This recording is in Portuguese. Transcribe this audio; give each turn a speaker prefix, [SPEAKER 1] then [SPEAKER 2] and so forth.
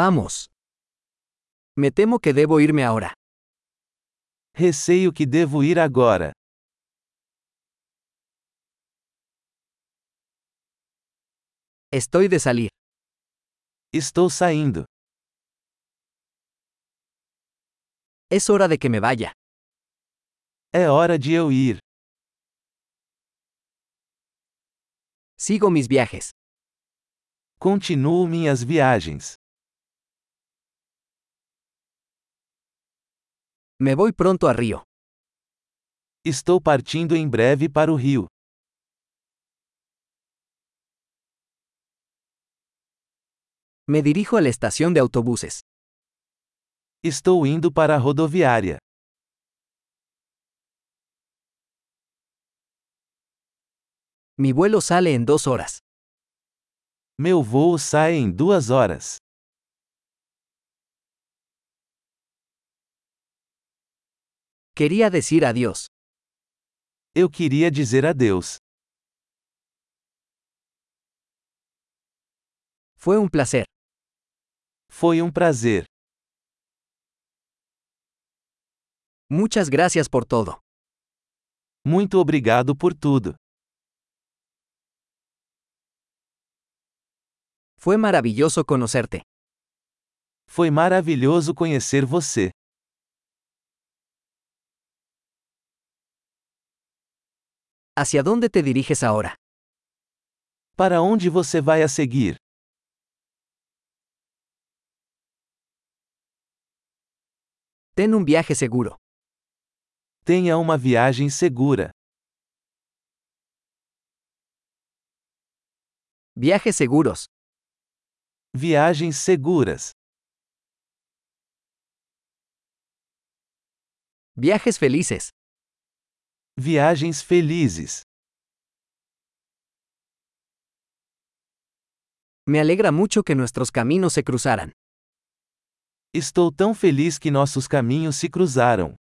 [SPEAKER 1] Vamos. Me temo que debo irme ahora.
[SPEAKER 2] Receio que devo ir agora.
[SPEAKER 1] Estoy de salir.
[SPEAKER 2] Estou saindo.
[SPEAKER 1] Es hora de que me vaya.
[SPEAKER 2] É hora de eu ir.
[SPEAKER 1] Sigo mis viajes.
[SPEAKER 2] Continuo minhas viagens.
[SPEAKER 1] Me voy pronto a Río.
[SPEAKER 2] Estou partindo em breve para o Rio.
[SPEAKER 1] Me dirijo a la estación de autobuses.
[SPEAKER 2] Estou indo para a rodoviária.
[SPEAKER 1] Mi vuelo sale en dos horas.
[SPEAKER 2] Meu voo sai em duas horas.
[SPEAKER 1] Quería decir adiós.
[SPEAKER 2] Eu queria dizer adeus.
[SPEAKER 1] Fue un placer.
[SPEAKER 2] Foi um prazer.
[SPEAKER 1] Muchas gracias por todo.
[SPEAKER 2] Muito obrigado por tudo.
[SPEAKER 1] Fue maravilloso conocerte.
[SPEAKER 2] Foi maravilhoso conhecer você.
[SPEAKER 1] ¿Hacia dónde te diriges ahora?
[SPEAKER 2] Para onde você vai a seguir?
[SPEAKER 1] Ten un viaje seguro.
[SPEAKER 2] Tenha uma viagem segura.
[SPEAKER 1] Viajes seguros.
[SPEAKER 2] Viagens seguras.
[SPEAKER 1] Viajes felices.
[SPEAKER 2] Viagens felizes.
[SPEAKER 1] Me alegra mucho que nuestros caminos se cruzaran.
[SPEAKER 2] Estou tão feliz que nossos caminhos se cruzaram.